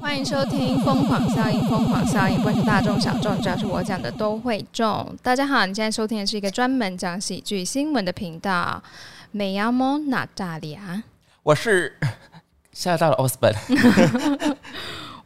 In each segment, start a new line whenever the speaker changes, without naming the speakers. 欢迎收听《疯狂效应》，疯狂效应，不管是大众小众，只要是我讲的都会中。大家好，你现在收听的是一个专门讲喜剧新闻的频道。美亚莫娜大利亚，
我是 吓到了 Osborn，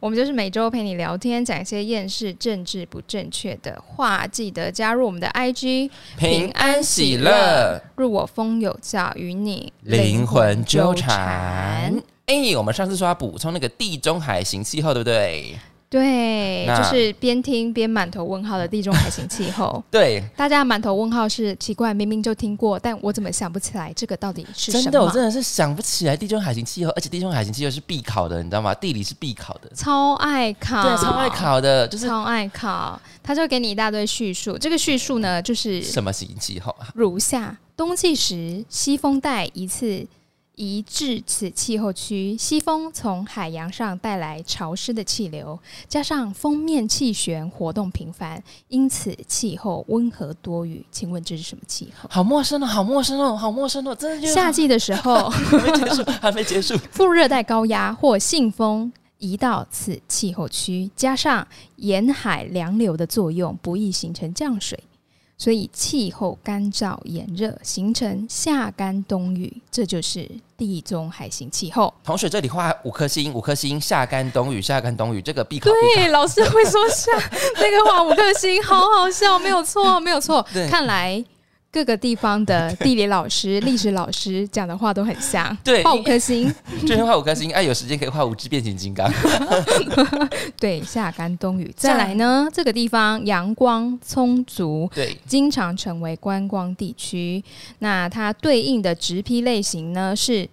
我们就是每周陪你聊天，讲一些厌世、政治不正确的话。记得加入我们的 IG，
平安喜乐，
入我风有教，与你
灵魂纠缠。。哎、我们上次说要补充那个地中海型气候，对不对？
对，
那
就是边听边满头问号的地中海型气候。
对，
大家满头问号是奇怪，明明就听过，但我怎么想不起来这个到底是
真
什
的，我
么？
真的是想不起来地中海型气候，而且地中海型气候是必考的，你知道吗？地理是必考的，
超爱考，
对，超爱，考的，就是
超爱考。他就给你一大堆叙述，这个叙述呢，就是
什么型气候啊？
如下：冬季时，西风带一次移至此气候区，西风从海洋上带来潮湿的气流，加上封面气旋活动频繁，因此气候温和多雨。请问这是什么气候？
好陌生哦，好陌生哦，好陌生哦，真的就
夏季的时候。
还没结束， 还没结束。
副热带高压或信风移到此气候区，加上沿海凉流的作用，不易形成降水，所以气候干燥炎热，形成夏干冬雨，这就是地中海型气候。
同学这里画五颗星，五颗星，夏干冬雨，夏干冬雨，这个必考必考。
对，老师会说下那个画五颗星，好好笑，没有错，没有 错。
对
看来。各个地方的地理老 师、历史老师讲的话都很像，
对
画五颗星，
这边画五颗星，哎、有时间可以画五只变形金刚。
对，下干冬雨。
再
再来呢，这个地方阳光充足，
对，
经常成为观光地区。那它对应的植批类型呢是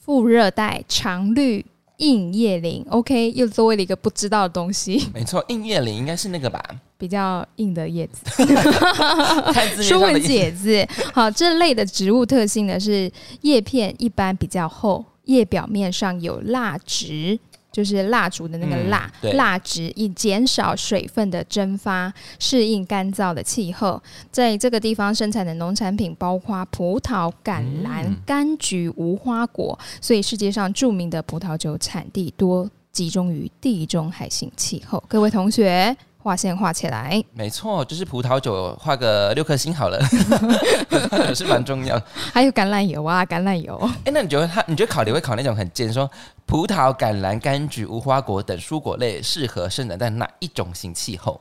副热带常绿硬叶林。OK，又多了一个不知道的东西，
没错，应叶林应该是那个吧？
比较硬的叶子，
看字
说
面上的
文
意思。
解字。好，这类的植物特性呢是叶片一般比较厚，叶表面上有蜡质。就是蜡烛的那个
嗯
蜡，
对
蜡质以减少水分的蒸发，适应干燥的气候。在这个地方生产的农产品包括葡萄、橄榄、
嗯
柑橘、无花果，所以世界上著名的葡萄酒产地多集中于地中海型气候。各位同学，画线画起来。
没错，就是葡萄酒画个六颗星好了， 葡萄酒是蛮重要的。
还有橄榄油啊，橄榄油。
哎、那你觉得他，你觉得考题会考那种很贱，说葡萄、橄榄、柑橘、无花果等蔬果类适合生长在哪一种型气候？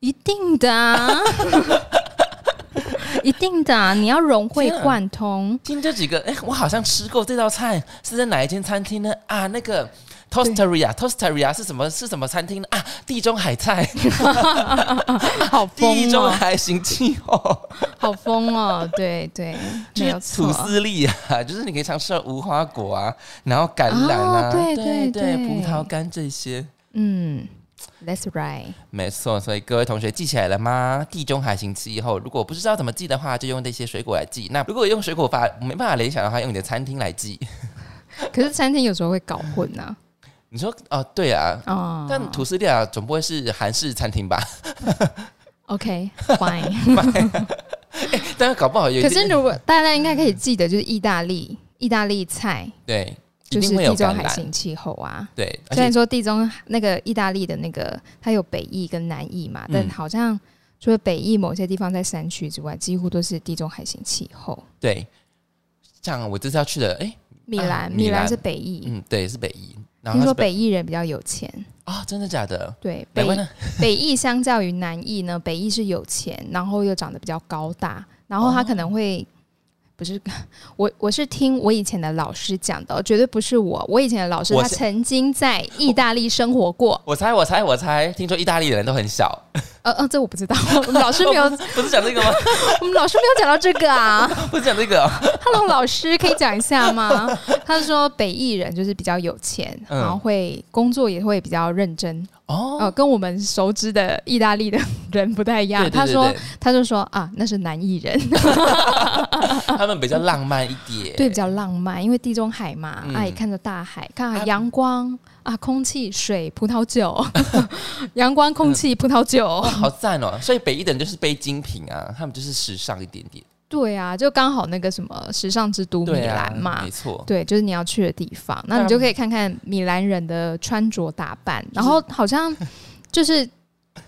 一定的、啊， 一定的、啊，你要融会
天啊
贯通。
听这几个，哎、我好像吃过这道菜，是在哪一间餐厅呢？啊，那个 Tosteria，Tosteria 是什么？是什么餐厅呢？啊，地中海菜，
好
地
疯
中
哦，
海型气候。
好疯哦，对对，
就
没有
是吐
错。
司粒啊， 就是你可以尝试无花果啊，然后橄榄啊，
哦对
对
对对
葡萄干这些，
嗯，That's right。
没错。所以各位同学记起来了吗？地中海型气候，如果不知道怎么记的话，就用这些水果来记。那如果用水果法没办法联想的话，用你的餐厅来记。
可是餐厅有时候会搞混呐、
你说哦，对啊，
啊。哦，
但吐司粒啊，总不会是韩式餐厅吧？
OK fine。
但是搞不好有一
可是
些
如果大家应该可以记得，就是意大利意大利菜
对，一
就是
定会有
地中
橄
海
榄。
型气候啊。
对，而
虽然
且
说地中海那个意大利的那个，它有北翼跟南翼嘛，但
嗯
好像除了北翼某些地方在山区之外，几乎都是地中海型气候。
对，像我这次要去的，哎，
米兰，
啊
米
米兰
兰是北翼，
嗯，对，是北宜。然后
听
它
说
是
北翼人比较有钱。
啊、真的假的？
对，
难
北
怪呢。
北翼相较于南翼呢，北翼是有钱，然后又长得比较高大，然后他
哦
可能会。不是， 我我是听我以前的老师讲的，绝对不是我。我以前的老师
我
他
是
曾经在意大利生活过，
我猜，我猜，我猜，听说意大利人都很小，哦
呃呃，这我不 知道，我们老师没有，
不是讲这个 吗？
我们老师没有讲到这个啊。
不是讲这个哦、
Hello，老师可以讲一下吗？他说北艺人就是比较有钱，
嗯
然后会工作也会比较认真，
哦。
呃，跟我们熟知的意大利的 人不太一样。
对对
他
对
说
对，
他就说啊，那是南艺人，
他们比较浪漫一点。
对，比较浪漫，因为地中海嘛，
嗯
哎，看着大海，看
啊
着阳光啊，空气、水、葡萄酒， 阳光、空气、葡萄酒
嗯哇，。好赞哦！所以北一的人就是背精品啊，他们就是时尚一点点。
对啊，就刚好那个什么时尚之都米
对啊
兰，嘛
没，错，啊
对，就是你要去的地方。那
那
你就可以看看米兰人的穿着打扮，然后好像就是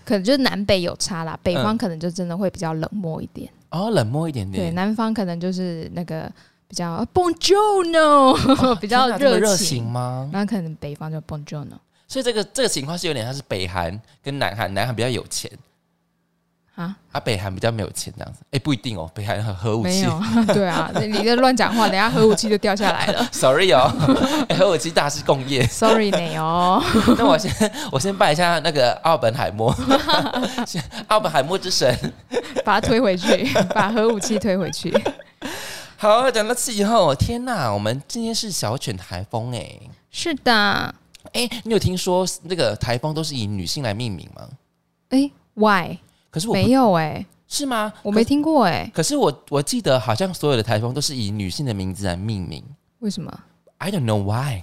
可能就是南北有差啦，
嗯
北方可能就真的会比较冷漠一点，
哦，冷漠一点
对，
点，
南方可能就是那个比较呃 Buongiorno，比 较
哦天哪这么热情
情。
吗？
那可能北方就 Buongiorno
所以这个这个情况是有点像是北韩跟南韩，南韩比较有钱，
啊，
啊，北韩比较没有钱这样子。哎、不一定哦，北韩很核武
没
器
有， 对啊，你在乱讲话，等一下核武器就掉下来 了
，sorry 哦，诶核武器大师共业。
，sorry 你哦。
那我先我先拜一下那个奥本海 默，先奥本海默之神。
把它推回去， 把核武器推回去。
好，讲到气候，天哪，我们今天是小犬台风哎
是的，
哎，诶你有听说那个台风都是以女性来命名吗？
哎、w h y
可是我
没
不
有哎、
是吗？
我没
可。
听过哎、
可是我我记得好像所有的台风都是以女性的名字来命名
为什么？
，I don't know why。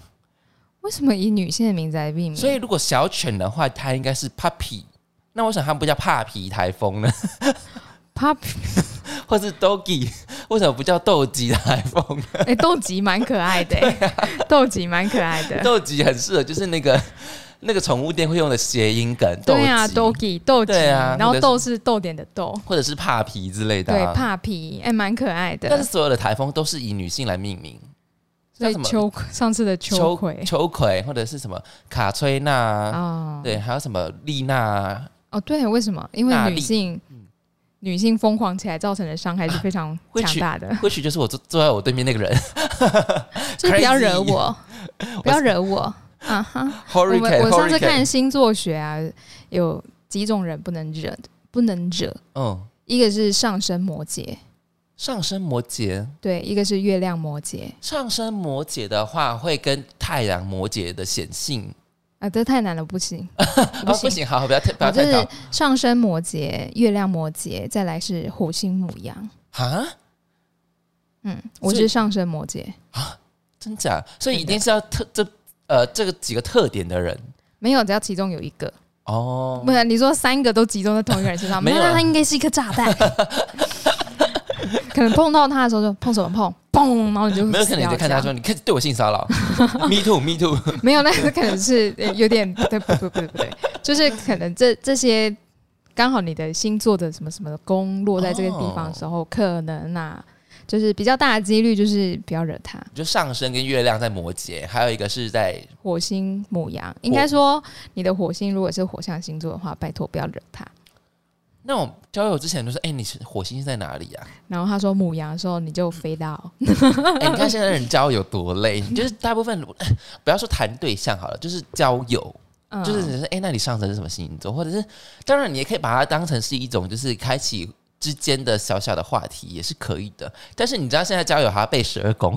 为什么以女性的名字来命名？
所以如果小犬的话，它应该是 puppy。那为什么它不叫帕皮台风呢？
它
或是 doggy？为什么不叫斗鸡台风呢？
哎、斗鸡蛮可爱的、 欸，
啊
斗鸡蛮可爱 的。
斗鸡很适合，就是那个 那个宠物店会用的谐音梗，斗
对啊，
鸡
斗鸡斗鸡，
对啊
然后
那个是
斗是逗点的逗，
或者是帕皮之类的、
对
啊。，
帕皮，哎、蛮可爱
但是
的。
所有的台风都是以女性来命名，
所以
像什么
秋上次的秋葵
秋葵或者是什么卡崔娜啊、
啊，
对，还有什么丽娜啊，
哦对，为什么？因
大
为
力
女性女性疯狂起来造成的伤害是非常
嗯会
强
取
大的，
或许就是我坐坐在我对面那个人
就是不要惹
Crazy
我，不要惹我啊哈！ 我们
，Hurricane，
我上次看
Hurricane
星座学啊，有几种人不能惹，不能惹，
嗯，
一个是上升摩羯，
上升摩羯，
对，一个是月亮摩羯
上升摩羯的话，会跟太阳摩羯的显性
啊，这太难了，不 行，
哦，不
行。
行，好，不要太不
我
要
就
探
是
讨
上升摩羯、月亮摩羯，再来是火星母羊。
啊，
嗯，我
所以
是上升摩羯，
真假？所以
真的
一定是要特这呃这个几个特点的人
没有，只要其中有一个，
哦
不。然你说三个都集中在同一个人身上，
没
那
有啊
那他应该是一颗炸弹。 可能碰到他的时候就碰什么碰，砰，然后你就
没有可
死
能你
掉
在看
这
他
样
说，你开始对我 性骚扰，me too me too，
没有，那 个可能是呃有点不对，不对，不对，不对，就是可能这这些刚好你的星座的什么什么的宫落在这
哦
个地方的时候，可能啊，就是比较大的几率就是不要惹他。
就上升跟月亮在摩羯，还有一个是在
火星母羊，应该说你的火星如果是火象星座的话，拜托不要惹他。
那种交友之前就说，哎、你是火星是在哪 里啊？
然后他说母羊的时候，你就飞到
哎、你看现在人交友多累，就是大部分不要说谈对象好了，就是交友，
嗯，
就是只是哎，那你上升是什么星座？或者是当然，你也可以把它当成是一种就是开启之间的小小的话题，也是可以的。但是你知道现在交友还要背十二宫，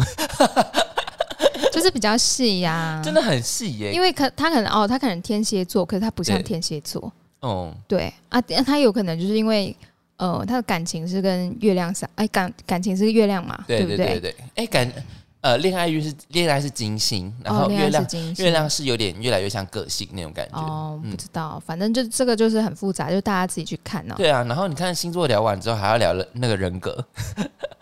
就是比较细呀、
真。的很细耶、
嗯因为可他可能哦，他可能天蝎座，可是他不像
对
天蝎座，
嗯，
对啊，他有可能就是因为呃，他的感情是跟月亮上，哎，感感情是月亮嘛，
对
不哦
对对对，哎、感呃，恋爱运是恋爱是金星，然
哦
后，
恋
月
爱
亮、
是金星
月亮是有点越来越像个性那种感觉。
哦，
嗯
不知道，反正就这个就是很复杂，就大家自己去看哦。
对啊，然后你看星座聊完之后，还要聊了那个人格，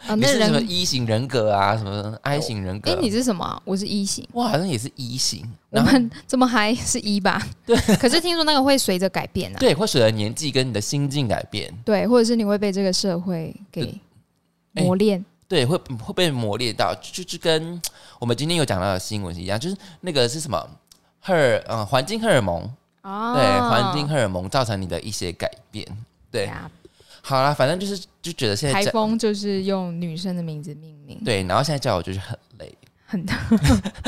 啊，
你
那
是什么
人，
一型人格啊，什么 I 型人格、
哎，你是什么啊？我是一型，
我好像也是一型，
我
然后
们怎么还是一吧？对， 可是听说那个会随着改变啊，
对，会随着年纪跟你的心境改变。
对，或者是你会被这个社会给
哎
磨练。
对，会会被磨练到，就就跟我们今天有讲到的新闻是一样，就是那个是什么荷尔，嗯，环境荷尔蒙，
哦，
对，环境荷尔蒙造成你的一些改变。对，
啊，
好啦，反正就是就觉得现在
台
交
风就是用女生的名字命名，
对，然后现在交友就是很累。
很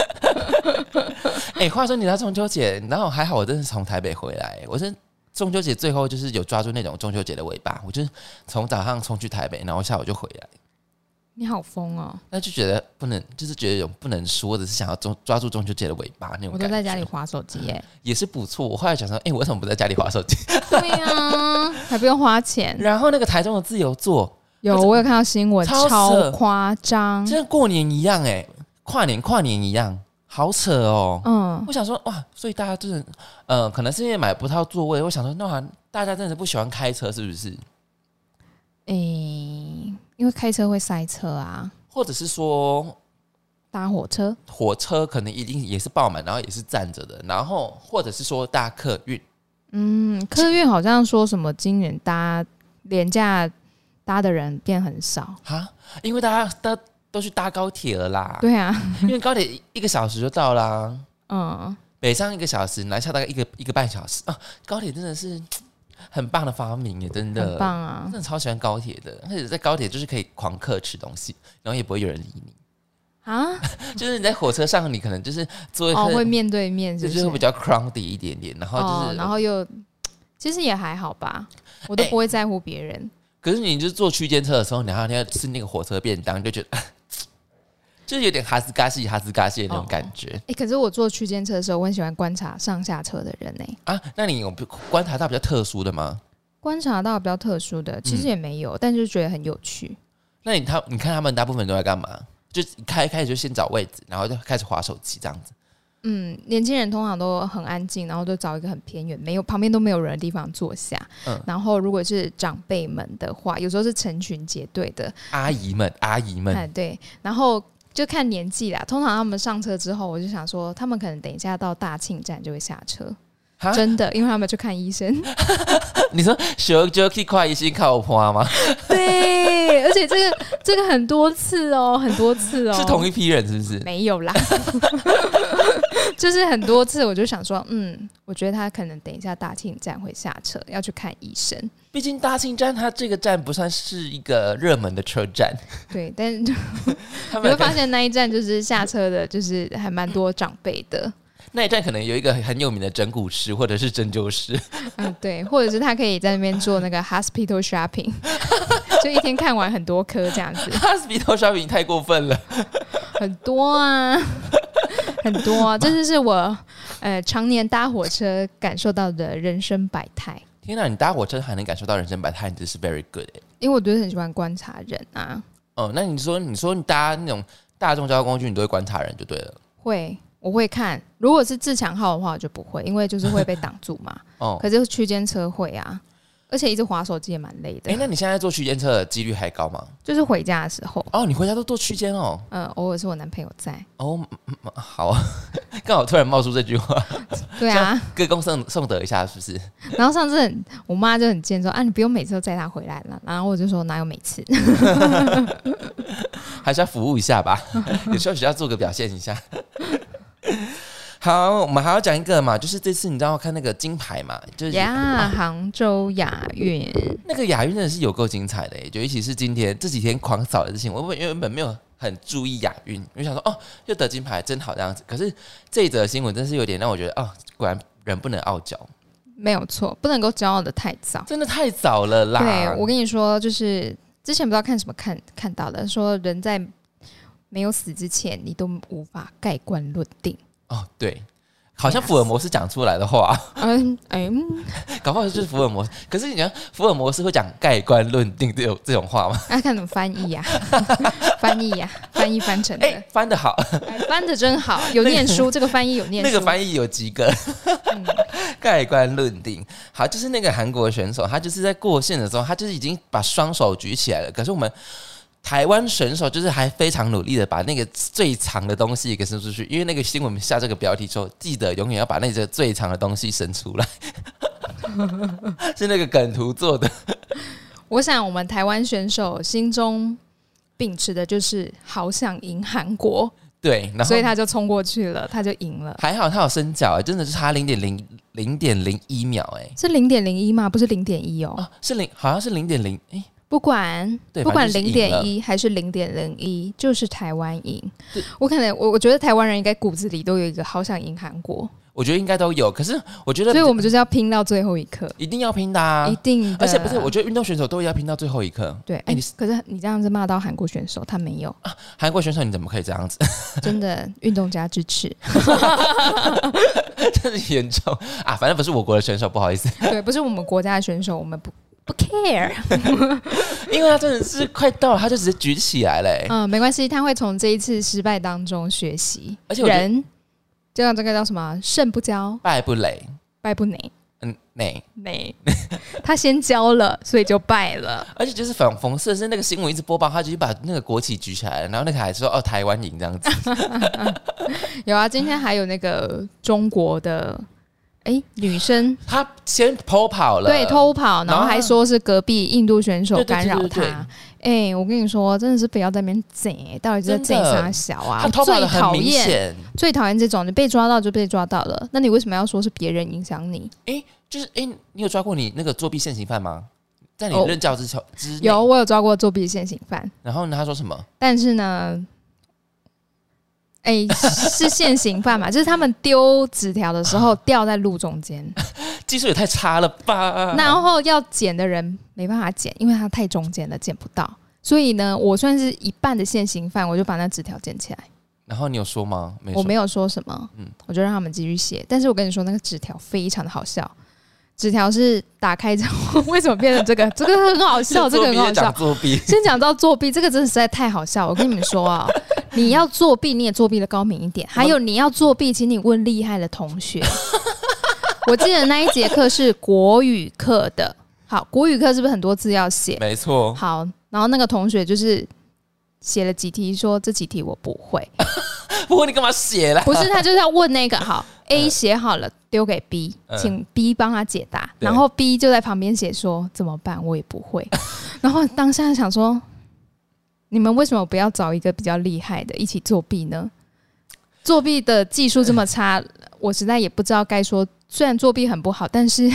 哎、话说你到中秋节，然后还好我真的是从台北回来，我是中秋节最后就是有抓住那种中秋节的尾巴，我就是从早上冲去台北，然后下午就回来。
你好疯哦！
那就觉得不能，就是觉得有不能说的是想要中抓住中秋节的尾巴那种
我
感
都在
觉。
家里划手机耶。
也是不错。我后来想说，哎、我为什么不在家里 划手机？
对啊呀、还不用花钱。
然后那个台中的自由座，
有，我有看到新闻，
超扯
超夸张
就。像过年一样、哎，跨年跨年一样，好扯哦。
嗯，
我想说，哇，所以大家就是，呃，可能是因为买不到座位。我想说，那好像大家真的不喜欢开车，是不是？
诶、因为开车会塞车啊，
或者是说
搭火车，
火车可能一定也是爆满，然后也是站着的，然后或者是说搭客运，
嗯，客运好像说什么今年搭廉价搭的人变很少，
哈，因为大家都都去搭高铁了啦，
对啊，
因为高铁一个小时就到啦，
嗯，
北上一个小时，南下大概一个一个半小时啊，高铁真的是嘖很棒的发明耶，真的
很棒啊
真，的超喜欢高铁的，而且在高铁就是可以狂客吃东西，然后也不会有人理你。
啊，
就是你在火车上，你可能就是座位
哦，
可
会
能
面对面是
就
不
是
是
会比？较 crowded 一点点，然后就
哦
是，
然后又其实也还好吧，我都
哎
不会在乎别人。
可是你就是坐区间车的时候，然后你要吃那个火车便当，就觉得啊就是有点哈斯嘎西哈斯嘎西的那种感觉、
哎、可是我坐区间车的时候，我很喜欢观察上下车的人呢、
啊。那你有观察到比较特殊的吗？
观察到比较特殊的，其
嗯
实也没有，但就觉得很有趣。
那你他你看他们大部分都在干嘛？就开开始就先找位置，然后就开始划手机这样子。
嗯，年轻人通常都很安静，然后就找一个很偏远、没有旁边都没有人的地方坐下。
嗯
然后如果是长辈们的话，有时候是成群结队的，
阿 姨们，阿姨们，
哎、对，然后。就看年纪啦，通常他们上车之后，我就想说，他们可能等一下到大庆站就会下车，
哈
真的，因为他们去看医生。
你说小 j o k 快一心靠花吗？
对，而且这个这个很多次哦，很多次哦，
是 同一批人是不是？
没有啦， 就是很多次我就想说，嗯，我觉得他可能等一下大庆站会下车，要去看医生。
毕竟大庆站它这个站不算是一个热门的车站，
对，但是 你
他们
会发现那一站就是下车的，就是还蛮多长辈的，
那一站可能有一个很有名的整蛊师或者是针灸 师，
嗯，对，或者是他可以在那边做那个 hospital shopping，就 一天看完很多科这样子，
hospital shopping 太过分了。
很多啊， 很多、啊，这就是我呃常年搭火车感受到的人生百态。
天哪，你搭火车还能感受到人生百态，你真是 very good 哎、
因为我就是很喜欢观察人啊，
哦，那你说，你说你搭那种大众交通工具，你都会观察人就对了。
会，我会看。如果是自强号的话，我就不会，因为就是会被挡住 嘛。
哦，
可是区间车会啊，而且一直滑手机也蛮累的。
哎、那你现在坐区间车的几率还高吗？
就是回家的时候，
哦，你回家都坐区间哦。
呃，偶尔是我男朋友 在。
哦，嗯嗯嗯好 啊，刚好突然冒出这句话，
对啊，
歌功颂颂德一下是不是？
然后上次很我妈就很贱说啊，你不用每次都载他回来了。然后我就说哪有每次，
还是要服务一下吧， 有时候只要做个表现一下。 好，我们还要讲一个嘛，就是这次你知道看那个金牌嘛，就是
呀，杭州亚运，
那个亚运真的是有够精彩的耶，尤其是今天这几天狂扫的事情，我本原本没有很注意亚运，我就想说哦，又得金牌真好这样子。可是这一则新闻真是有点让我觉得哦，果然人不能傲娇，
没有错，不能够骄傲的太早。
真的太早了啦。
对，我跟你说，就是之前不知道看什么看看到的，说人在没有死之前，你都无法盖棺论定。
哦对，好像福尔摩斯讲出来的话，
嗯嗯，
搞不好就是福尔摩斯。可是你看福尔摩斯会讲盖棺论定这种这种话吗？
那、啊看怎么翻译 呀、翻译呀、翻译翻成的，
哎、翻的好，
哎翻的真好，有念书， 这个翻译有念
那
书。
个翻译有及格，
嗯
盖棺论定。好，就是那个韩国选手，他就是在过线的时候，他就是已经把双手举起来了。可是我们台湾选手就是还非常努力的把那个最长的东西给伸出去，因为那个新闻下这个标题说，记得永远要把那个最长的东西伸出 来，是那个梗图做的。
我想我们台湾选手心中秉持的就是好想赢韩国，
对，然后
所以他就冲过去了，他就赢了。
还好他有伸脚、哎真的是差零点零零点零一秒、哎。
是零点零一吗？不是零点一哦。
哦，是零，好像是零点零，哎，
不管
对
不管
反正
零
就是赢
点
了
一还是零点零一，就是台湾赢
对。
我可能我我觉得台湾人应该骨子里都有一个好想赢韩国，
我觉得应该都有。可是我觉得
所以我们就是要拼到最后一刻，
一定要拼的、啊
一，定的。
而且不是，我觉得运动选手都要拼到最后一刻。
对，
哎
哎、
你是
可是你这样子骂到韩国选手，他没 有，
韩国选手你怎么可以这样子？
真的运动家支持。
真是严重啊！反正不是我国的选手，不好意思，
对，不是我们国家的选手，我们不不 care。
因为他真的是快到了，他就直接举起来了、欸
嗯，没关系，他会从这一次失败当中学习。
而且我觉得
人，就像这个叫什么，胜不骄，
败不馁。
败不馁。
嗯，内，
没， 他先交了，所以就败了。
而且就是反讽刺的是，那个新闻一直播报，他就把那个国旗举起来了，然后那个还说哦台湾赢 这样子，
有啊，今天还有那个中国的，哎、女 生
他先偷跑了，
对偷跑，然
呃然
后
后
还
他
说是隔壁印度选手
对对
干扰
对对对
他。哎、我跟你说，真的是不要在那边整、到底是在整
真的
啥小啊？
他
我
偷跑
最
的很
讨
明
厌，
显，
最讨厌这种，你被抓到就被抓到了，那你为什么要说是别人影响你？
哎、就是哎、你有抓过你那个作弊现行犯吗？在你
哦
任教之前之内
有，，我有抓过作弊现行犯，
然后呢他说什么？
但是呢，哎、是现行犯嘛？ 就是他们丢纸条的时候掉在路中间，
技术也太差了吧？
然后要捡的人没办法捡，因为他太中间了，捡不到。所以呢，我算是一半的现行犯，我就把那纸条捡起来。
然后你有说吗？没
我
说。
没有说什么，
嗯
我就让他们继续写。但是我跟你说，那个纸条非常的好笑。纸条是打开之后， 为什么变成这个？这个很好笑，这个很好笑
讲。作 弊，
先讲到作弊，这个真的实在太好笑。我跟你们说啊，你要作弊，你也作弊的高明一点。还有，你要作弊，请你问厉害的同学。我记得那一节课是国语课的，好，国语课是不是很多字要写？
没错。
好，然后那个同学就是写了几题，说这几题我不会，
不过你干嘛写啦？
不是他就是要问那个好 A 写好了丢给 B，
嗯
请 B 帮他解答，
对
然后 B 就在旁边写说怎么办，我也不会。 然后当下想说，你们为什么不要找一个比较厉害的一起作弊呢？作弊的技术这么差，我实在也不知道该说。虽然作弊很不好，但 是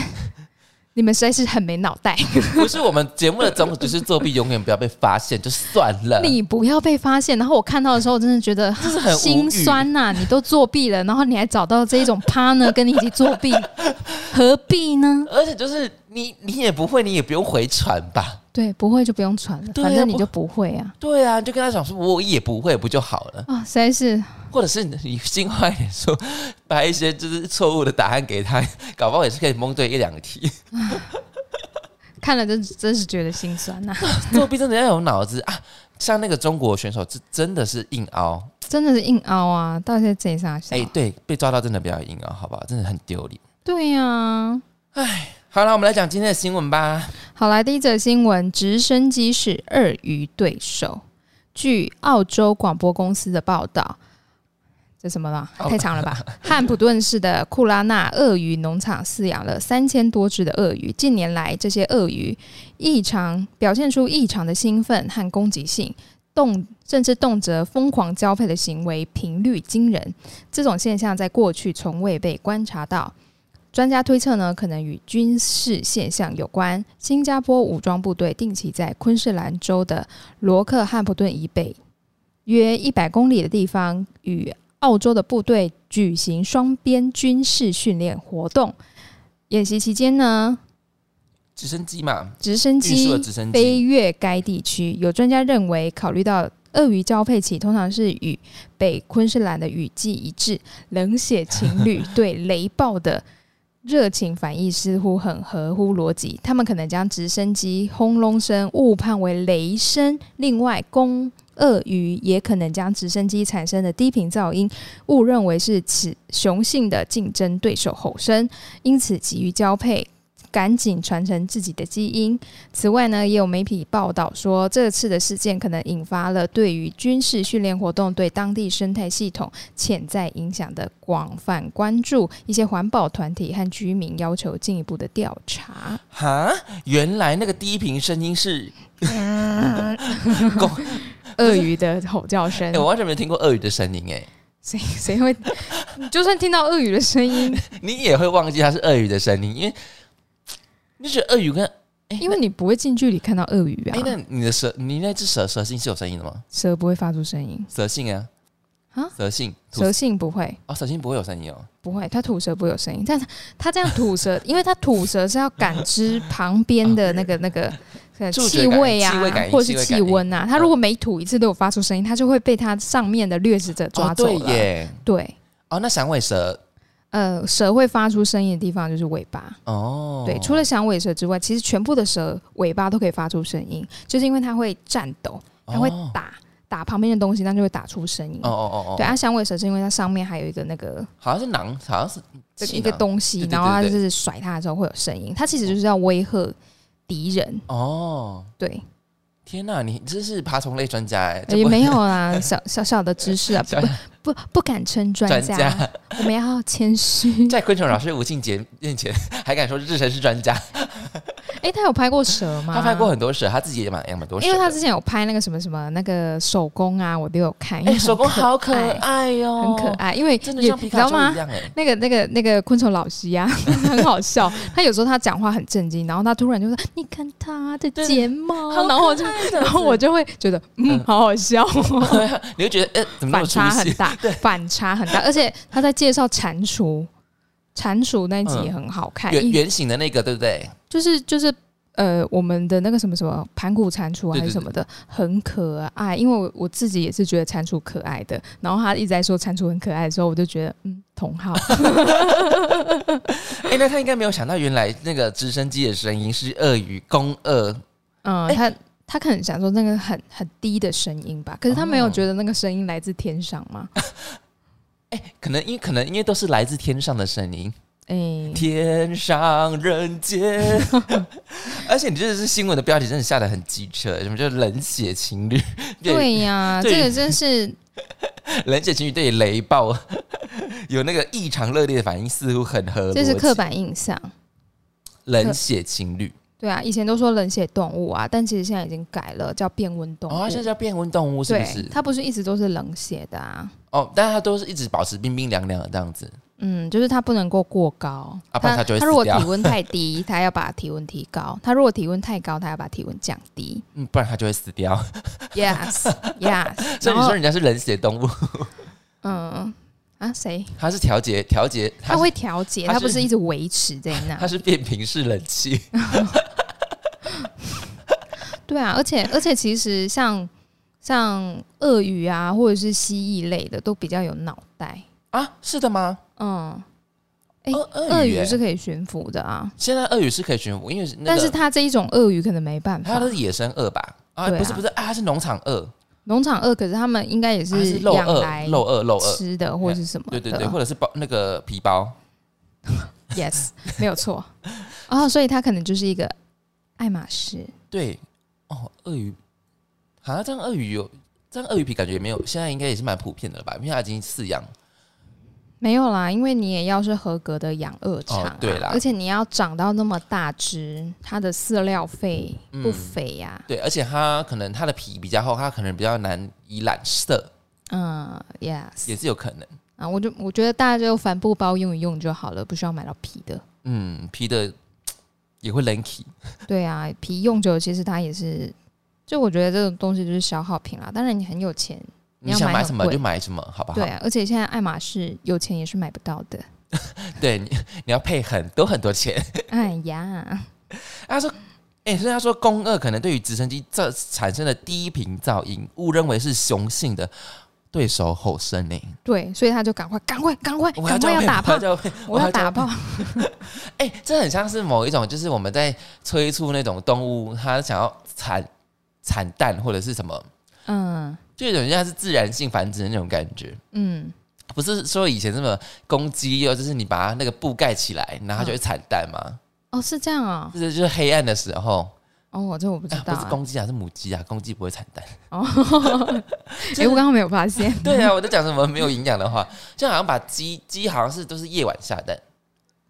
你们实在是很没脑袋。
不是我们节目的宗旨就是作弊，永远不要被发现，就算了。
你不要被发现。然后我看到的时候，我真的觉得
是很无语
心酸呐、你都作弊了，然后你还找到这一种 partner 跟你一起作弊，何必呢？
而且就是你，你也不会，你也不用回传吧？
对，不会就不用传了，
对啊
反正你
不
就不会啊。
对啊，你就跟他讲说我也不会，不就好了？
啊、实在是
或者是你心坏一点说，把一些就是错误的答案给他，搞不好也是可以蒙对一两题。
看了真真是觉得心酸啊呐、
作弊真的要有脑子啊！像那个中国选手，这真的是硬凹。
真的是硬凹啊！到底在贼啥笑？
哎、对，被抓到真的不要硬凹，好不好？真的很丢脸。
对啊呀、
好了，我们来讲今天的新闻吧。
好来，第一则新闻：直升机是鳄鱼对手。据澳洲广播公司的报道，这什么了？太长了吧？ 汉普顿市的库拉纳鳄鱼农场饲养了三千多只的鳄鱼。近年来，这些鳄鱼异常表现出异常的兴奋和攻击性，动甚至动辄疯狂交配的行为频率惊人。这种现象在过去从未被观察到。专家推测呢，可能与军事现象有关。新加坡武装部队定期在昆士兰州的罗克汉普顿以北约一百公里的地方，与澳洲的部队举行双边军事训练活动。演习期间呢，
直升机嘛，
直升
运输
机
的直升
飞
机，
越该地区。有专家认为，考虑到鳄鱼交配期通常是与北昆士兰的雨季一致，冷血情侣对雷暴的热情反应似乎很合乎逻辑。他们可能将直升机轰隆声误判为雷声。另外，公鳄鱼也可能将直升机产生的低频噪音误认为是此雄性的竞争对手吼声，因此急于交配。赶紧传承自己的基因，此外呢，也有媒体报道说，这次的事件可能引发了对于军事训练活动对当地生态系统潜在影响的广泛关注。一些环保团体和居民要求进一步的调 查。
哈，原来那个低频声音是，
鳄鱼的吼叫声
哎、，我完全没有听过鳄鱼的声音、哎
谁谁会？就算听到鳄鱼的声音，
哎，你也会忘记它是鳄鱼的声音，因为你觉得鳄鱼
啊
跟，哎、
因为你不会近距离看到鳄鱼
那哎、
啊，
那你的蛇，你那只蛇蛇性是有声音的吗？
蛇不会发出声音，
蛇性啊，
啊
蛇性，吐
蛇性不会。
哦，蛇性不会有声音哦，
不会，它吐舌不会有声音，但是它这样吐舌， 因为它吐舌是要感知旁边的那个那个呃
触
气
觉感
味啊
气味感，应
或者是
气味
气
感应嗯
温啊。它如果每吐一次都有发出声音，它就会被它上面的掠食者抓
哦
走
对
了。
耶，
对
哦，那响尾蛇，
呃，蛇会发出声音的地方就是尾巴。
哦，
对，除了响尾蛇之外，其实全部的蛇尾巴都可以发出声音，就是因为它会颤抖，它会
哦
打。打旁边的东西，那就会打出声音。
哦哦哦哦，
对，啊，响尾蛇是因为它上面还有一个那个
好像是囊，好像是
这
气
一个
囊
东西，
对对
然后它
对哦
就
对
是甩它的时候会有声音，它其实就是要威吓敌人。
哦。
对，
天哪、你真是爬虫类专家哎、这
也
不
没有 啦，小小小的知识啊，
小
不不不敢称专
专
家，
家
我们要谦 虚。
在昆虫老师吴庆杰面前还敢说日神是专家，
哎、他有拍过蛇吗？
他拍过很多蛇，他自己也蛮养蛮多蛇
因
的，
为他之前有拍那个什么什么那个手工啊，我都有看，因为
哎、
很
手工好可
爱，
爱哦，
很可，爱，因为
真的
也
像
你
皮
知
卡
道
丘
吗
一？样哎、
那个、那个、那个昆虫老师呀、很好笑。他有时候他讲话很震惊，然后他突然就说：“你看他的
对
睫毛。
好”
然后我就，然后我就会觉得，嗯，好好笑哦、
你会觉得哎、怎 么那
反
么出
差很
戏？
大，反差很大。而且他在介绍蟾蜍，蟾蜍那一集也很好看，
圆
一
圆形的那个对不对？
就是就是呃，我们的那个什么什么盘古蟾蜍啊还是
对对
什么的，很可爱。因为我我自己也是觉得蟾蜍可爱的，然后他一直在说蟾蜍很可爱的时候，我就觉得嗯，同好。
哎、那他应该没有想到，原来那个直升机的声音是鳄鱼公鳄，
嗯，
哎
他他可能想说那个很很低的声音吧，可是他没有
哦
觉得那个声音来自天上吗？
可能因可能因为都是来自天上的声音，
哎、
天上人间。 而且你这是新闻的标题，真的下的很机车，什么叫冷血 情侣？对，
对呀，
对
这个真是
冷血情侣对雷暴 有那个异常热烈的反应，似乎很合逻辑。
这是刻板印象。
冷血情侣
对啊，以前都说冷血动物啊，但其实现在已经改了，叫变温动物。
哦，它现在叫变温动物是不
对
是，？
它不是一直都是冷血的啊。
哦，但它都是一直保持冰冰凉凉的这样子。
嗯，就是它不能够过高，
啊不然它就会
它如果
死掉
体温太低， 它要把体温提高；它如果体温太高，它要把体温降低。
嗯，不然它就会死 掉。
Yes, yes。
所以
然
你
后
说，人家是冷血动物，
嗯啊，谁？
它是调节调节，它
它
是
会调节，
它
它
是
不是一直维持在那
它。是变频式冷 气。
对啊，而且而且其实像像鳄鱼啊，或者是蜥蜴类的，都比较有脑袋。
啊，是的吗？
嗯，哎
鳄鳄
鳄
鱼
鱼
欸
是可以驯服的啊。
现在鳄鱼是可以驯服，因为那
但是
个
它这一种鳄鱼可能没办
它
法
都。是野生鳄吧？啊，
对啊
不是不是啊，它是农场鳄，
农场鳄，可是他们应该也
它是肉
养
鳄
来、
肉鳄、肉鳄。
吃的或是什么
对啊
的。
对 对，或者是包那个皮包，
y e s 没有错。哦，所以它可能就是一个爱马仕。
对哦，鳄鱼，好像这样鳄鱼有这样鳄鱼皮，感觉也没有，现在应该也是蛮普遍的了吧？因为它已经饲养，
没有啦，因为你也要是合格的养鳄场、啊
哦对啦
而且你要长到那么大只，它的饲料费
嗯
不菲呀、
对，而且它可能它的皮比较厚，它可能比较难以染色，
嗯，yes，
也是有可能。
啊，我就我觉得大家就帆布包用一用就好了，不需要买到皮的。
嗯，皮的也会 lanky，
对啊，皮用久了其实它也是，就我觉得这种东西就是消耗品啦。当然你很有钱，你
你
要
想
买
买
很
什么
贵
就买什么，好不好？
对、啊，而且现在爱马仕有钱也是买不到 的。
对，你你要配很多很多钱。
哎呀，
他说，哎、所以他说公二可能对于直升机这产生的低频噪音，误认为是雄性的对手吼声呢、
对，所以他就赶快，赶快，赶快，
我要
赶
交
快要
配
打
我要
炮，
交配
我要打
交配
炮。
哎、 这很像是某一种，就是我们在催促那种动物，它想要产产蛋或者是什么，
嗯
就有点像是自然性繁殖的那种感觉。
嗯，
不是说以前这么公鸡哦，就是你把它那个布盖起来，然后它就会产蛋吗？
哦，是这样啊、
这、就是黑暗的时候，
哦，这我不知
啊、
道、
不是
啊。
公鸡啊，是母鸡啊，公鸡不会产蛋。
哦， 哎、我刚刚没有发现。
对啊，我在讲什么没有营养的话，就好像把鸡鸡好像是都是夜晚下蛋，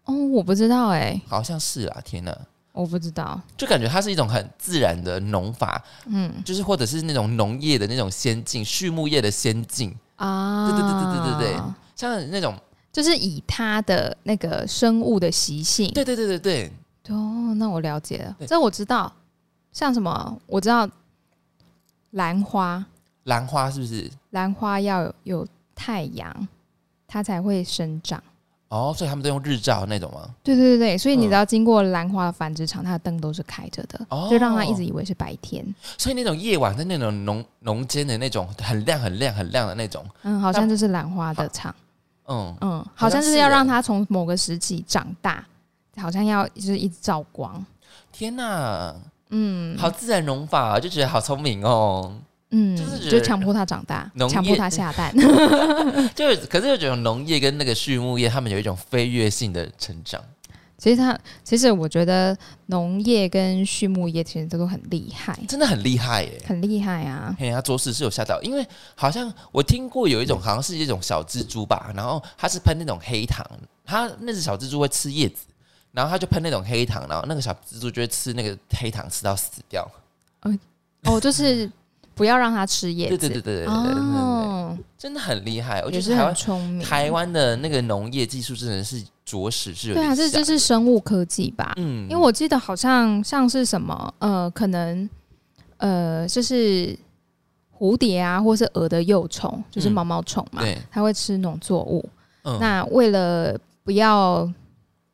哦，我不知道哎、
好像是啊，天哪！
我不知道。
就感觉它是一种很自然的农法，
嗯
就是或者是那种农业的那种先进，畜牧业的先进，
啊，
对对对对对对，像那种，
就是以它的那个生物的习性。
对对对对对，
哦，那我了解了
对，
这我知道。像什么，我知道兰花，
兰花是不是？
兰花要有有太阳，它才会生长。
哦，所以他们都用日照那种吗？
对对对对，所以你
嗯
只要经过兰花的繁殖场，它的灯都是开着的，
哦
就让它一直以为是白天。
所以那种夜晚在那种农农间的那种很亮很亮很亮的那种，
嗯，好像就是兰花的场，
嗯，
嗯，
好
好
像
像就是
是
要
欸
让它从某个时期长大，好像要就是一直照光。
天哪，
嗯，
好自然农法啊，就觉得好聪明哦。
嗯，
就是觉
就
得
强迫他长大
农，业
强迫他下蛋。
就是可是有种农业跟那个畜牧业，他们有一种飞跃性的成长。
其实他，其实我觉得农业跟畜牧业其实都很厉害，
真的很厉害耶、
很厉害 啊。
嘿，他做事是有吓到，因为好像我听过有一种，好像是一种小蜘蛛吧，然后它是喷那种黑糖，它那只小蜘蛛会吃叶子，然后它就喷那种黑糖，然后那个小蜘蛛就会吃那个黑糖，吃到死掉。
哦，就是不要让他吃叶
对
子。
对对对对对对对对，
哦，
真的很厉害。我
也
觉
是
得台
很
湾
聪明。
台湾的那个农业技术真的是着实是有
对啊，
点
这
像
就是生物科技吧？
嗯
因为我记得好像像是什么呃，可能呃，就是蝴蝶啊，或是蛾的幼虫，就是
嗯
毛毛虫嘛，
对
它会吃农作物。
嗯
那为了不要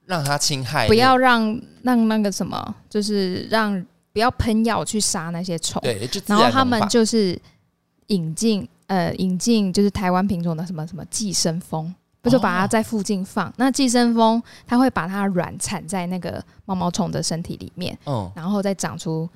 让它侵害
不要让让那个什么，就是让不要喷药去杀那些虫，
对，就自
然后
然
他
农
们
法
就是引进呃引进就是台湾品种的什么什么寄生蜂，不是把它
哦
在附近放。那寄生蜂它会把它卵产在那个毛毛虫的身体里面，
嗯
然后再长出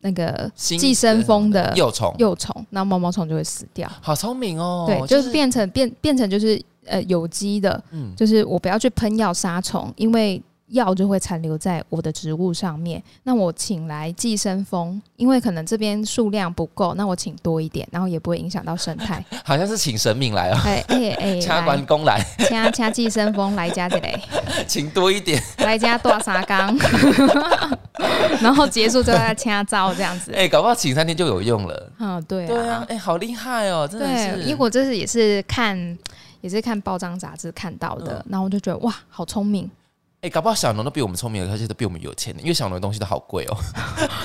那个
新
寄生蜂的
幼虫
幼虫，那毛毛虫就会死掉。
好聪明哦，
对，就是变成变变成就是呃有机的，
嗯
就是我不要去喷药杀虫，因为药就会残留在我的植物上面。那我请来寄生蜂，因为可能这边数量不够，那我请多一点，然后也不会影响到生 态。
好像是请神明来哦，
哎哎哎，
掐关
来
公来，
掐掐寄生蜂来加这嘞，
请多一点。
来加多沙缸， 然后结束之后再掐招这样子。
哎、搞不好请三天就有用了。
啊，对啊，
对啊，哎、好厉害哦，真的
对，
是。
因为我这是也是看也是看报章杂志看到的，
嗯
然后我就觉得哇，好聪明。
哎、搞不好小农都比我们聪明，而且都比我们有钱的，因为小农的东西都好贵哦。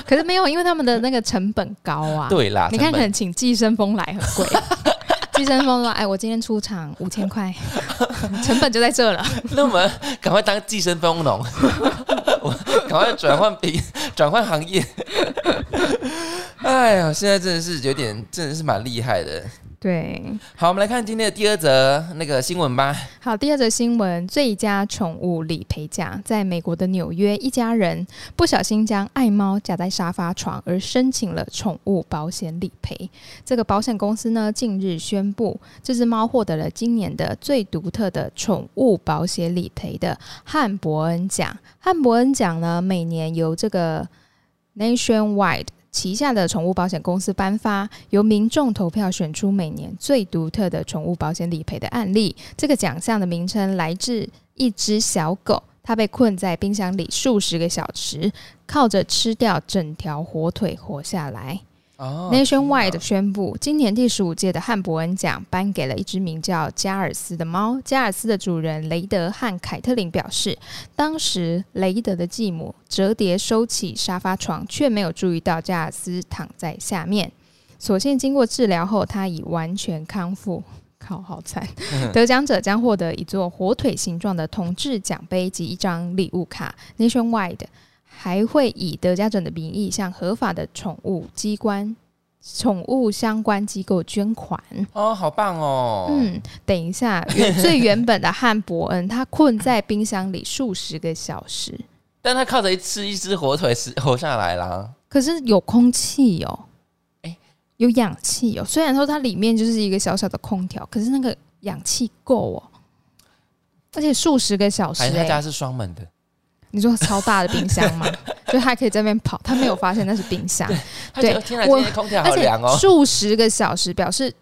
可是没有，因为他们的那个成本高啊。，
对啦，
你看，
成
可
本
能请寄生蜂来很贵。 寄生蜂说：“哎，我今天出场五千块， 成本就在这了。
那我们 赶快当寄生蜂农， 我赶快转换平转换行业。 哎呀，现在真的是有点，真的是蛮厉害的。”
对，
好，我们来看今天的第二则那个新闻吧。
好，第二则新闻：最佳宠物理赔奖，在美国的纽约，一家人不小心将爱猫夹在沙发床，而申请了宠物保险理赔。这个保险公司呢，近日宣布，这只猫获得了今年的最独特的宠物保险理赔的汉伯恩奖。汉伯恩奖呢，每年由这个 Nationwide。旗下的宠物保险公司颁发，由民众投票选出每年最独特的宠物保险理赔的案例。这个奖项的名称来自一只小狗，它被困在冰箱里数十个小时，靠着吃掉整条火腿活下来。
哦
Nationwide 宣布，今年第十五届的汉伯恩奖颁给了一只名叫加尔斯的猫。加尔斯的主人雷德和凯特琳表示，当时雷德的继母折叠收起沙发床，却没有注意到加尔斯躺在下面。所幸经过治疗后，他已完全康复。靠，好惨！得奖者将获得一座火腿形状的铜质奖杯及一张礼物卡。Nationwide 还会以得奖者的名义向合法的宠物机关、宠物相关机构捐款。
哦，好棒哦。
嗯，等一下，原最原本的汉伯恩，他困在冰箱里数十个小时，
但他靠着一吃一只火腿是活下来啦。
可是有空气哦，
哎
有氧气哦。虽然说它里面就是一个小小的空调，可是那个氧气够哦。而且数十个小时、
还是他
哎，
家是双门的，
你说超大的冰箱 吗？就它可以在那边跑，它没有发现那是冰箱。
他觉得
对
天哪，
我
今天空调好
而且
凉哦，
数十个小时表示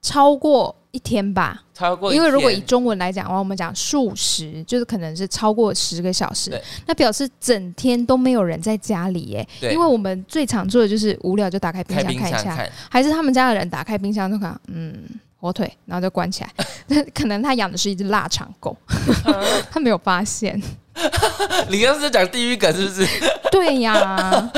超过一天吧，
超过一
因为如果
天
以中文来讲的话，我们讲数十，就是可能是超过十个小时
对，
那表示整天都没有人在家里耶。
对
因为我们最常做的就是无聊就打开冰
开
箱
冰
看一
箱
下，
看，
还是他们家的人打开冰箱就看，嗯，火腿，然后就关起来。 那可能他养的是一只腊肠狗，他没有发现。
你刚刚是在讲地狱梗是不是？
对呀，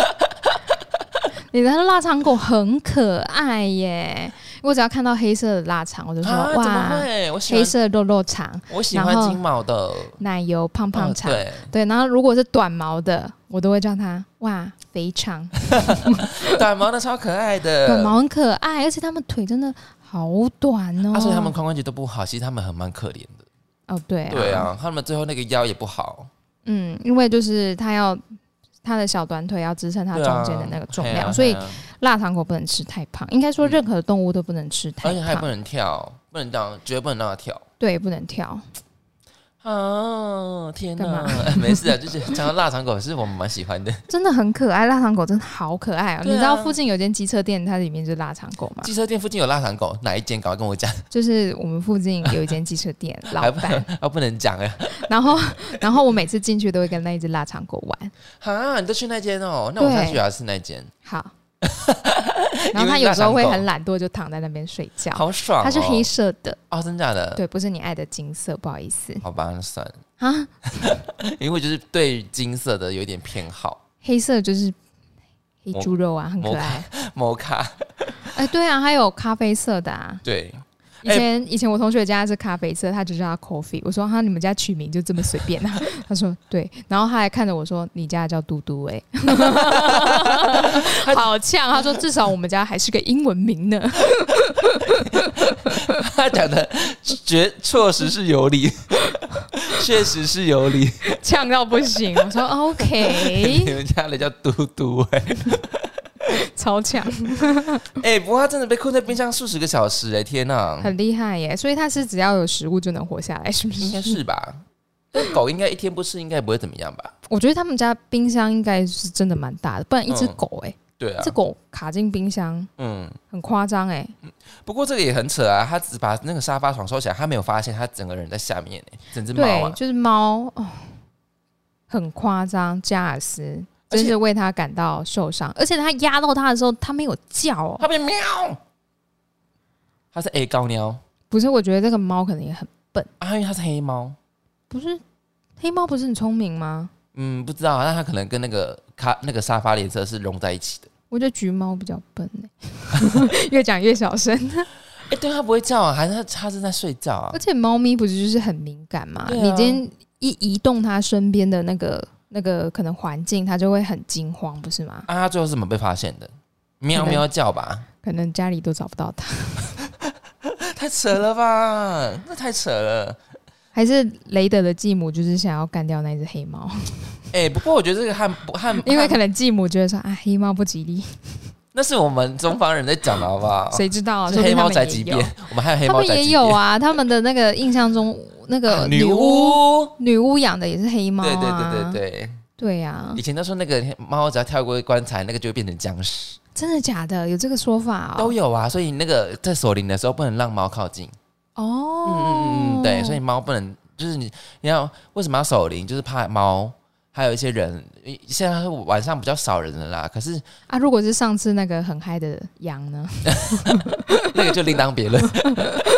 你的腊肠狗很可爱耶！我只要看到黑色的腊肠，我就说、
啊，怎
嗯
么
哇，
会？我喜
黑
欢
色肉肉肠、
我喜
然
欢
后
金毛的
奶油胖胖
嗯
肠、
对，
对。然后如果是短毛的，我都会叫它哇肥 肠，
短毛的超可爱 的。
短毛很可爱，而且它们腿真的好短哦。
啊，所以他们髋关节都不好，其实他们很蛮可怜的。
哦对啊
对啊，他们最后那个腰也不好，
嗯，因为就是它要他的小短腿要支撑他
对啊
中间的那个重
嘿啊
量，
嘿
所以
啊
腊肠狗不能吃太胖，应该说任何动物都不能吃太
而且还不
胖，
能跳，不能让，绝对不能让它跳。
对，不能跳。
啊，天
干
哪
嘛！
没事啊，就是讲到腊肠狗是我们蛮喜欢的。
真的很可爱，腊肠狗真的好可爱哦、
对啊
你知道附近有间机车店，它里面就是腊肠狗吗？
机车店附近有腊肠狗，哪一间？赶快跟我讲，
就是我们附近有一间机车店，老
还不
板，
啊不能讲 哎。
然后然后我每次进去都会跟那一只腊肠狗玩。
啊，你都去那间哦？那我下
对
去也要吃那间，
好，然后它有时候会很懒惰，就躺在那边睡觉。
好爽、哦。
它是黑色的，
哦，真假的？
对，不是你爱的金色，不好意思
好吧，那算了，
啊。
因为就是对金色的有一点偏好。
黑色就是黑
摩
猪肉啊，很可
摩
爱。
摩卡，
哎，对啊，还有咖啡色的啊。
对，哎
以前、以前我同学家是咖啡色，他就叫他 coffee。我说哈，你们家取名就这么随便 啊？他说对，然后他还看着我说，你家叫嘟嘟 哎、好呛。他说至少我们家还是个英文名呢。
他讲的绝确实是有理， 确实是有理。
呛到不行。我说
你
OK，
们家的叫嘟嘟哎、
超强，
哎、不过他真的被困在冰箱数十个小时哎、天哪、
很厉害耶！所以它是只要有食物就能活下来，是不
应该
是？
是吧？但狗应该一天不吃，应该不会怎么样吧？
我觉得他们家冰箱应该是真的蛮大的，不然一只
嗯
狗哎，
对啊
这，狗卡进冰箱
嗯。
很夸张哎。
不过这个也很扯啊，他只把那个沙发床收起来，他没有发现他整个人在下面、欸，整只猫
对，
啊，
就是猫哦，很夸张，加尔斯。
而且
真是为它感到受伤，而且它压到它的时候，它没有叫哦。
它被喵，它是 A 高喵
不是，我觉得这个猫可能也很
啊，因为它是黑猫，
不是黑猫，不是很聪明吗？
嗯，不知道啊，但它可能跟那个咖那个沙发脸色是融在一起的。
我觉得橘猫比较笨、欸、 越讲越小声。
哎、对，它不会叫啊，还是它它是在睡觉啊
而？且猫咪不是就是很敏感嘛？
对啊
你今天一移动它身边的那个那个可能环境，它就会很惊慌，不是吗？
啊，它最后是怎么被发现的？喵
可能
喵叫吧，
可能家里都找不到它，
太扯了吧，那太扯了。
还是雷德的继母就是想要干掉那只黑 猫，
哎、不过我觉得这个和不和，
因为
和
可能继母觉得说啊黑猫不吉利，
那是我们中方人在讲的好不 好？
谁知道啊？
哦是
说不
黑
定
猫
他
宅
们也
急
有
便，我们还有 黑
他
猫
们
宅
也
急
有
便。啊
啊，他们的那个印象中那个
女
巫
巫，
女巫养的也是黑猫、啊，
对对对对对，
对啊
以，前都说那个猫只要跳过棺材，那个就会变成僵尸，
真的假的？有这个说法
都
哦？
有啊。所以那个在守灵的时候不能让猫靠近。
哦
嗯，嗯嗯，对，所以猫不能，就是你你要为什么要守灵，就是怕猫。还有一些人，现在晚上比较少人了啦，可是
啊，如果是上次那个很嗨的羊呢？
那个就另当别论。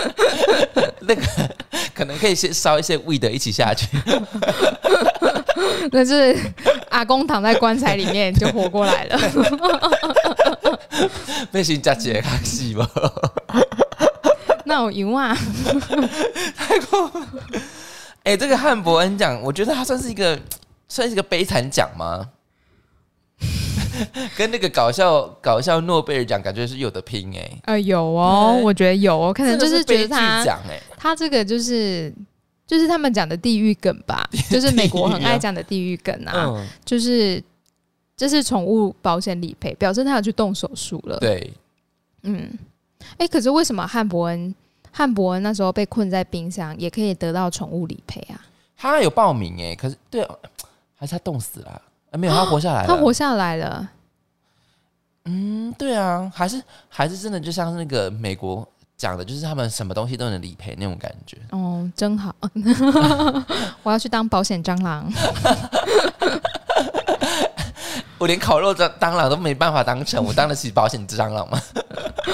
那个可能可以先烧一些 weed 一起下去，
那是阿公躺在棺材里面就活过来 了。
被新加姐看戏 吧。
那我赢啊！
哎、这个汉伯恩奖，我觉得他算是一个算是一个悲惨奖 吗？跟那个搞笑搞笑诺贝尔奖感觉是有的拼哎、
呃，有哦，
对
我觉得有哦，可能就
这个
是觉得
悲剧
他
奖哎，
他这个就是就是他们讲的地狱梗 吧，就是美国很爱讲的地狱梗啊，
啊嗯，
就是这是宠物保险理赔，表示他有去动手术了。
对，
嗯，哎、可是为什么汉伯恩汉伯恩那时候被困在冰箱，也可以得到宠物理赔啊？
他有报名哎、可是对哦，还是他冻死了啊、啊没有，他活下来了。
他活下来了。
嗯，对啊，还是还是真的就像那个美国讲的，就是他们什么东西都能理赔那种感觉。
哦，真好！ 我要去当保险蟑螂。
我连烤肉蟑蟑螂都没办法当成，我当得起保险蟑螂吗？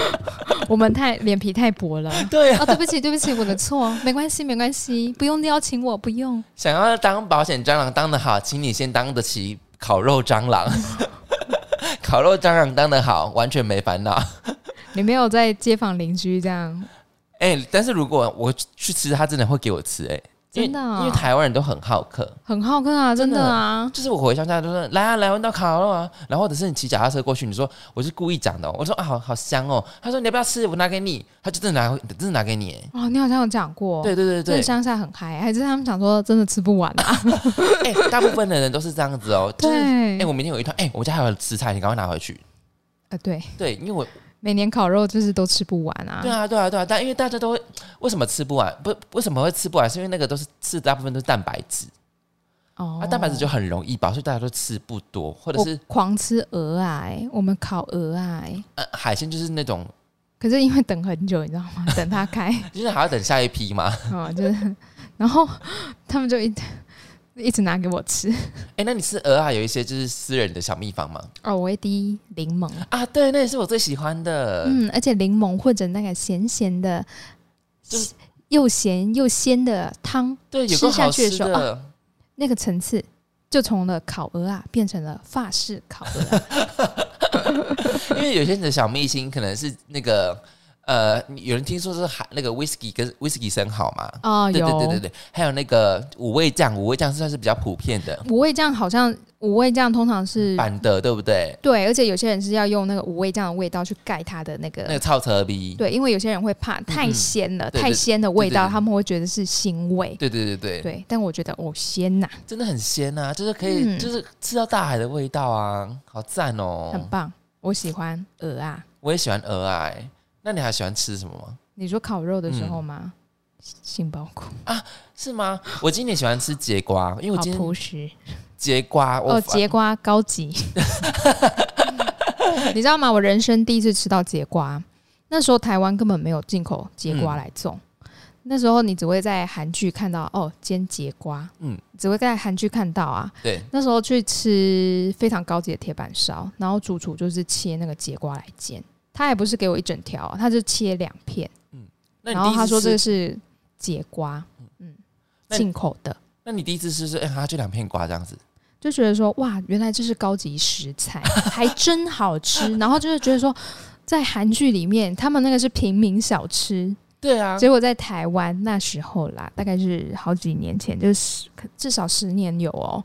我们太脸皮太薄 了。
对啊，
哦，对不起，对不起，我的错，没关系，没关系，不用邀请我，不用。
想要当保险蟑螂当得好，请你先当得起烤肉蟑螂。 烤肉蟑螂当得好，完全没烦恼。
你没有在街坊邻居这样
哎、但是如果我去吃，它真的会给我吃、哎，因为
真的啊
因为台湾人都很好客，
很好看啊，真
真的
的啊，
就是我回乡下就说来啊来闻到烤肉啊，然后或者是你骑脚踏车过去，你说我是故意讲的哦、我说啊好好香哦，他说你要不要吃，我拿给你，他就真的拿真的拿给你，哎
哦，你好像有讲过，
对对对
这
对，
乡下很嗨，还是他们想说真的吃不完啊？
哎、大部分的人都是这样子哦，就是哎、
对，
我明天有一趟，哎、我家还有食材，你赶快拿回去，
呃，对，
对，因为我
每年烤肉就是都吃不完啊
对。啊，对啊，对啊，但因为大家都会为什么吃不完？不为什么会吃不完？是因为那个都是吃大部分都是蛋白质，
哦
啊，蛋白质就很容易饱，所以大家都吃不多，或者
我
是
狂吃鹅啊、欸我们烤鹅啊、欸
呃海鲜就是那种，
可是因为等很久，你知道 吗？等它开，
就是还要等下一批嘛。
哦，就是，然后他们就一直一直拿给我吃。
哎，那你吃鹅啊，有一些就是私人的小秘方吗？
哦，我会滴柠檬，
啊，对，那也是我最喜欢的。
嗯，而且柠檬混着那个咸咸的
就是，
又咸又鲜的汤，
对，有个
嗯吃下
好
去的
吃
时候啊
的，
那个层次就从了烤鹅啊变成了法式烤鹅 啊、
因为有些人的小秘辛可能是那个呃，有人听说是海那个 whisky 跟 whisky 生蚝嘛。
哦，
对
有
对对对对，还有那个五味酱，五味酱是算是比较普遍的
五味酱好像五味酱通常是
版的，对不对？
对，而且有些人是要用那个五味酱的味道去盖它的那个。
那个超车逼，
对，因为有些人会怕太鲜了，
嗯对
太
对
鲜的味道，
对对对
他们会觉得是腥味。
对对对对，
对，但我觉得哦，鲜呐、
真的很鲜啊，就是可以，
嗯
就是吃到大海的味道啊，好赞
很
哦！
棒，我喜欢鹅啊。
我也喜欢鹅啊、欸那你还喜欢吃什么吗？
你说烤肉的时候吗？杏鲍菇，
是吗？我今年喜欢吃节瓜，因为我
好
今天
朴实
节瓜，我
哦，
发
节瓜高级。 你知道吗？我人生第一次吃到节瓜，那时候台湾根本没有进口节瓜
嗯
来种。那时候你只会在韩剧看到哦，煎节瓜，嗯
嗯，
只会在韩剧看到啊。
对
那时候去吃非常高级的铁板烧，然后主厨就是切那个节瓜来煎，他也不是给我一整条啊，他就切两片，
那你
然
第一
后
次
他说
吃
这个，是节瓜，嗯，
那你
进口的，
那你第一次吃是哎，它、就两片瓜这样子，
就觉得说哇，原来这是高级食材，还真好吃，然后就是觉得说。在韩剧里面，他们那个是平民小吃，
对啊，
结果在台湾那时候啦，大概是好几年前，就是至少十年有哦。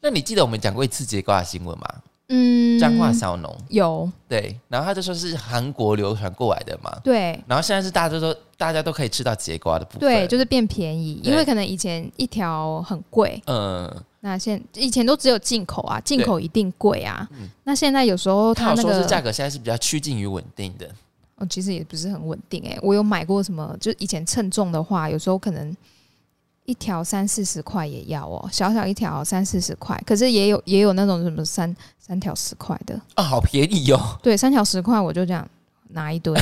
那你记得我们讲过一次节瓜的新闻吗？
嗯，
彰化小农、
有
对，然后他就说是韩国流传过来的嘛，
对，
然后现在是大家都说大家都可以吃到节瓜的部分，
对，就是变便宜，
对
因为可能以前一条很贵，
嗯，
那现以前都只有进口啊，进口一定贵啊。那现在有时候它
他有
哦那
嗯说
个
是价格现在是比较趋近于稳定的，
哦，其实也不是很稳定哎、我有买过什么，就以前称重的话，有时候可能一条三四十块也要哦，小小一条三四十块，可是也有也有那种什么三三条十块的，
啊，好便宜哦。
对，三条十块我就这样拿一堆，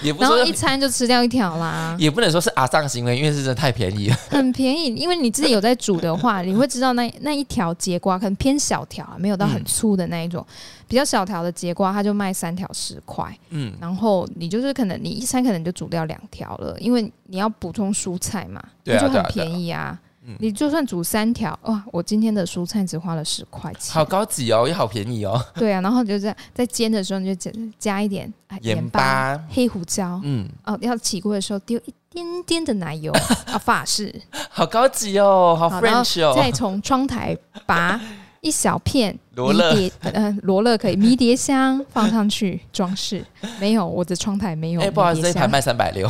也不
然后
说
一餐就吃掉一条啦。
也不能说是阿上行为，因为是真的太便宜了。
很便宜，因为你自己有在煮的话，你会知道那那一条节瓜可能偏小条、啊，没有到很粗的那一种，比较小条的节瓜，它就卖三条十块，
嗯，
然后你就是可能你一餐可能就煮掉两条了，因为你要补充蔬菜嘛，
对啊
那就很
对啊
便宜啊。
嗯
你就算煮三条，哇！我今天的蔬菜只花了十块钱
好，高级哦，也好便宜哦。
对啊，然后你就这样在煎的时候你就加加一点啊
盐
巴、
巴
黑胡椒，
嗯，
哦，要起锅的时候丢一点点的奶 油啊，法式，
好高级哦，好
好
French
再
哦。
从窗台拔一小片
罗
迷
勒
迭，呃，罗勒可以，迷迭香放上去装饰。没有，我的窗台没有迷
哎，不好意思，这
迭
一盘
香。
卖三百六，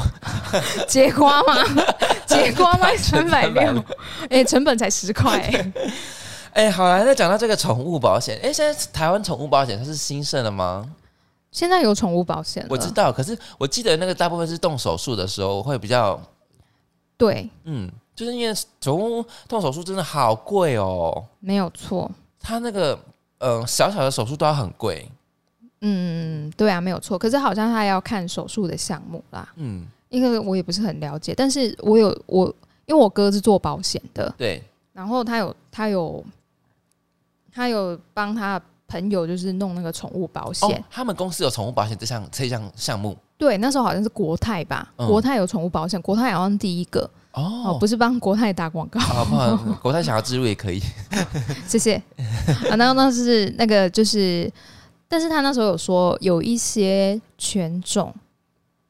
节瓜 吗？节瓜卖三百六
360，
哎，成本才十块、 哎
哎，好啦，那讲到这个宠物保险，哎，现在台湾宠物保险它是兴盛的吗？
现在有宠物保险了，
我知道，可是我记得那个大部分是动手术的时候会比较，
对，
嗯，就是因为宠物动手术真的好贵哦，
没有错。
它那个呃小小的手术都要很贵，
嗯，对啊，没有错。可是好像他要看手术的项目啦，
嗯，
因为我也不是很了解，但是我有我，因为我哥是做保险的，
对，
然后他有他有他有帮他朋友就是弄那个宠物保险，
哦，他们公司有宠物保险这项这项项目
对，那时候好像是国泰吧，
嗯
国泰有宠物保险，国泰好像第一个哦
哦，
不是帮国泰打广告，
好哦不好？国泰想要植入也可以。
谢谢。啊，然后那是那个就是，但是他那时候有说有一些犬种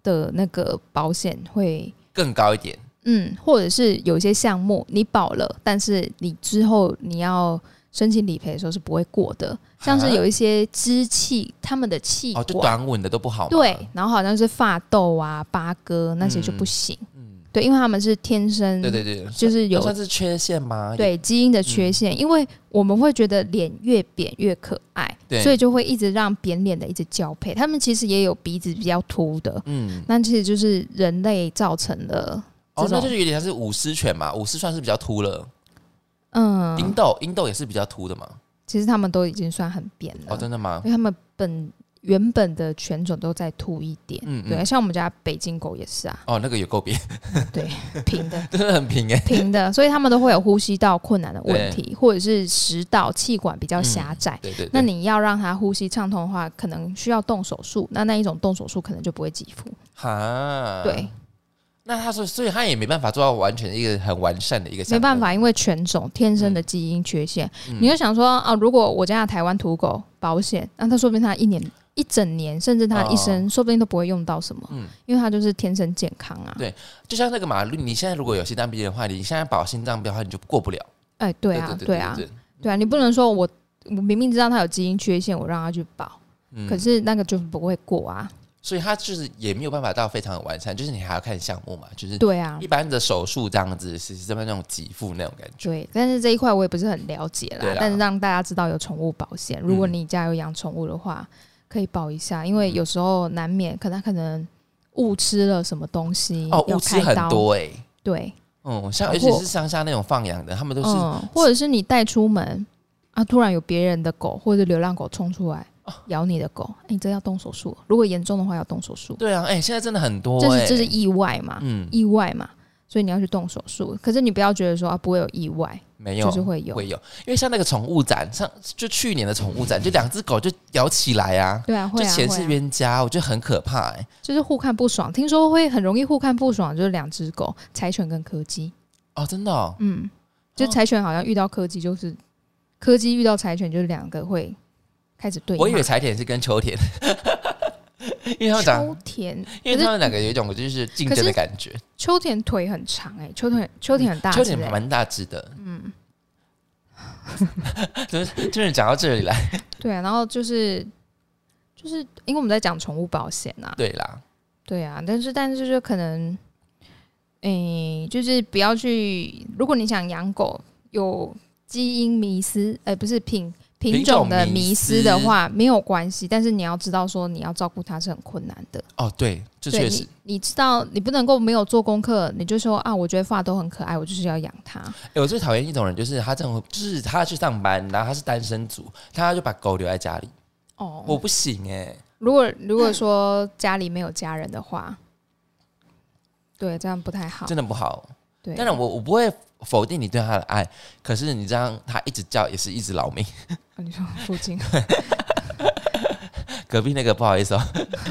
的那个保险会
更高一点。
嗯，或者是有一些项目你保了，但是你之后你要申请理赔的时候是不会过的，像是有一些支气，他们的气
啊哦，就
管、
短吻的都不好吗。
对，然后好像是发痘啊、八哥那些就不行，
嗯，
对，因为他们是天生
对对对，
就是有
算是缺陷吗？
对基因的缺
嗯
陷，因为我们会觉得脸越扁越可爱，
对
所以就会一直让扁脸的一直交配。他们其实也有鼻子比较凸的，
嗯，
那其实就是人类造成的。
哦，
这
那
种
就是有点像是舞狮犬嘛，舞狮算是比较秃了，鹰
嗯，
豆鹰豆也是比较秃的嘛。
其实他们都已经算很扁了，
哦，真的吗
因？为他们本原本的犬种都再凸一点。
嗯嗯
对，像我们家北京狗也是啊，
哦，那个也够扁，
平的
真的很平哎。
平的，所以他们都会有呼吸道困难的问题，或者是食道气管比较
嗯
狭窄。
对对，对
那你要让它呼吸畅通的话，可能需要动手术。那那一种动手术可能就不会给付。
哈，
对，，
那他说，所以他也没办法做到完全一个很完善的一个，
没办，法，因为犬种天
嗯
生的基因缺陷。你就想说啊，如果我家的台湾土狗保险，那它说不定它一年、一整年，甚至它一生，说不定都不会用到什么，
啊嗯
因为它就是天生健康啊。
对就像那个马路，你现在如果有心脏病的话，你现在保心脏病的话，你就过不了。
哎、对啊，
对
啊，
对
对啊，你不能说我我明明知道它有基因缺陷，我让它去保，
嗯
可是那个就不会过啊。
所以他就是也没有办法到非常完善，就是你还要看项目嘛，就是
对啊
一，般的手术这样子，是这么那种给付那种感觉。
对，但是这一块我也不是很了解啦，
对啦嗯
但是让大家知道有宠物保险，如果你家有养宠物的话，可以保一下，因为有时候难免可能它可能误吃了什么东西，
哦，
嗯要
物资
开
很
刀，
多哎、
对，
嗯，像
或
尤其是乡下那种放养的，他们都是、
嗯，或者是你带出门啊，突然有别人的狗或者流浪狗冲出来
哦
咬你的狗，哎你这要动手术，如果严重的话要动手术，
对啊，哎、现在真的很多、
这
哎，
是这是意外嘛，
嗯，
意外嘛，所以你要去动手术。可是你不要觉得说啊不会有意外，
没有，
就是会有。
会有，因为像那个宠物展，像就去年的宠物展，就两只狗就咬起来啊，
对啊，
就
会啊，
前世
会啊，
冤家，我觉得很可怕哎、
就是互看不爽。听说会很容易互看不爽，就是两只狗，柴犬跟柯基。
哦，真的、哦，
嗯，就
哦
柴犬好像遇到柯基，就是柯基遇到柴犬，就是两个会开始对骂。
我以为柴田是跟秋田， 因为他
秋
们长，
田，
因为他们两个有一种就是竞争的感觉。
秋田腿很长哎、秋田秋田很大只、
嗯秋
欸，
田蛮大只的，嗯。 就是就是讲到这里来，
对啊。然后就是就是因为我们在讲宠物保险啊，
对啦，
对啊，但是但是就可能，诶、就是不要去。如果你想养狗，有基因迷失，诶、不是品品
品种
种的
迷
迷失的话，没有关系。但是你要知道，说你要照顾它是很困难的。
哦，对，这
对
确实
你，，你知道你不能够没有做功课，你就说啊，我觉得发都很可爱，我就是要养它。
欸我最讨厌一种人，就是他这种，就是他去上班，然后他是单身族，他就把狗留在家里，我
哦，
不行哎、
如果如果说家里没有家人的话，对，这样不太好。
真的不好。
哦对，哦
当然我，我不会否定你对他的爱，可是你这样他一直叫也是一直劳命。
啊你说附近
隔壁那个不好意思哦，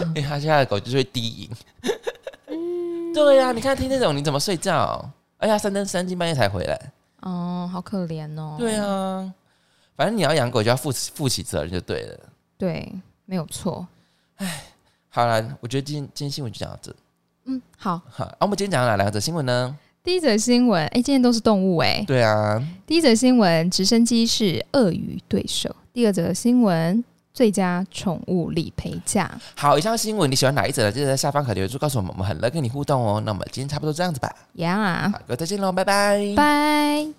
因为他家的狗就是会低吟。对啊呀、你看听那种你怎么睡觉？哎呀，三更三更半夜才回来。
哦，好可怜哦。
对啊，反正你要养狗就要负起负起责任就对了。
对，没有错。
好了，我觉得今天今天新闻就讲到这。
嗯，好，
好，啊，我们今天讲了哪两则新闻呢？
第一则新闻，哎、今天都是动物哎、
对啊，
第一则新闻，直升机是鳄鱼对手。第二则新闻，最佳宠物理赔价。
好，以上新闻你喜欢哪一则呢？记得在下方可留言处告诉我们，我们很乐意跟你互动哦。那么今天差不多这样子吧，
呀、
好，各位再见喽，拜拜，
拜。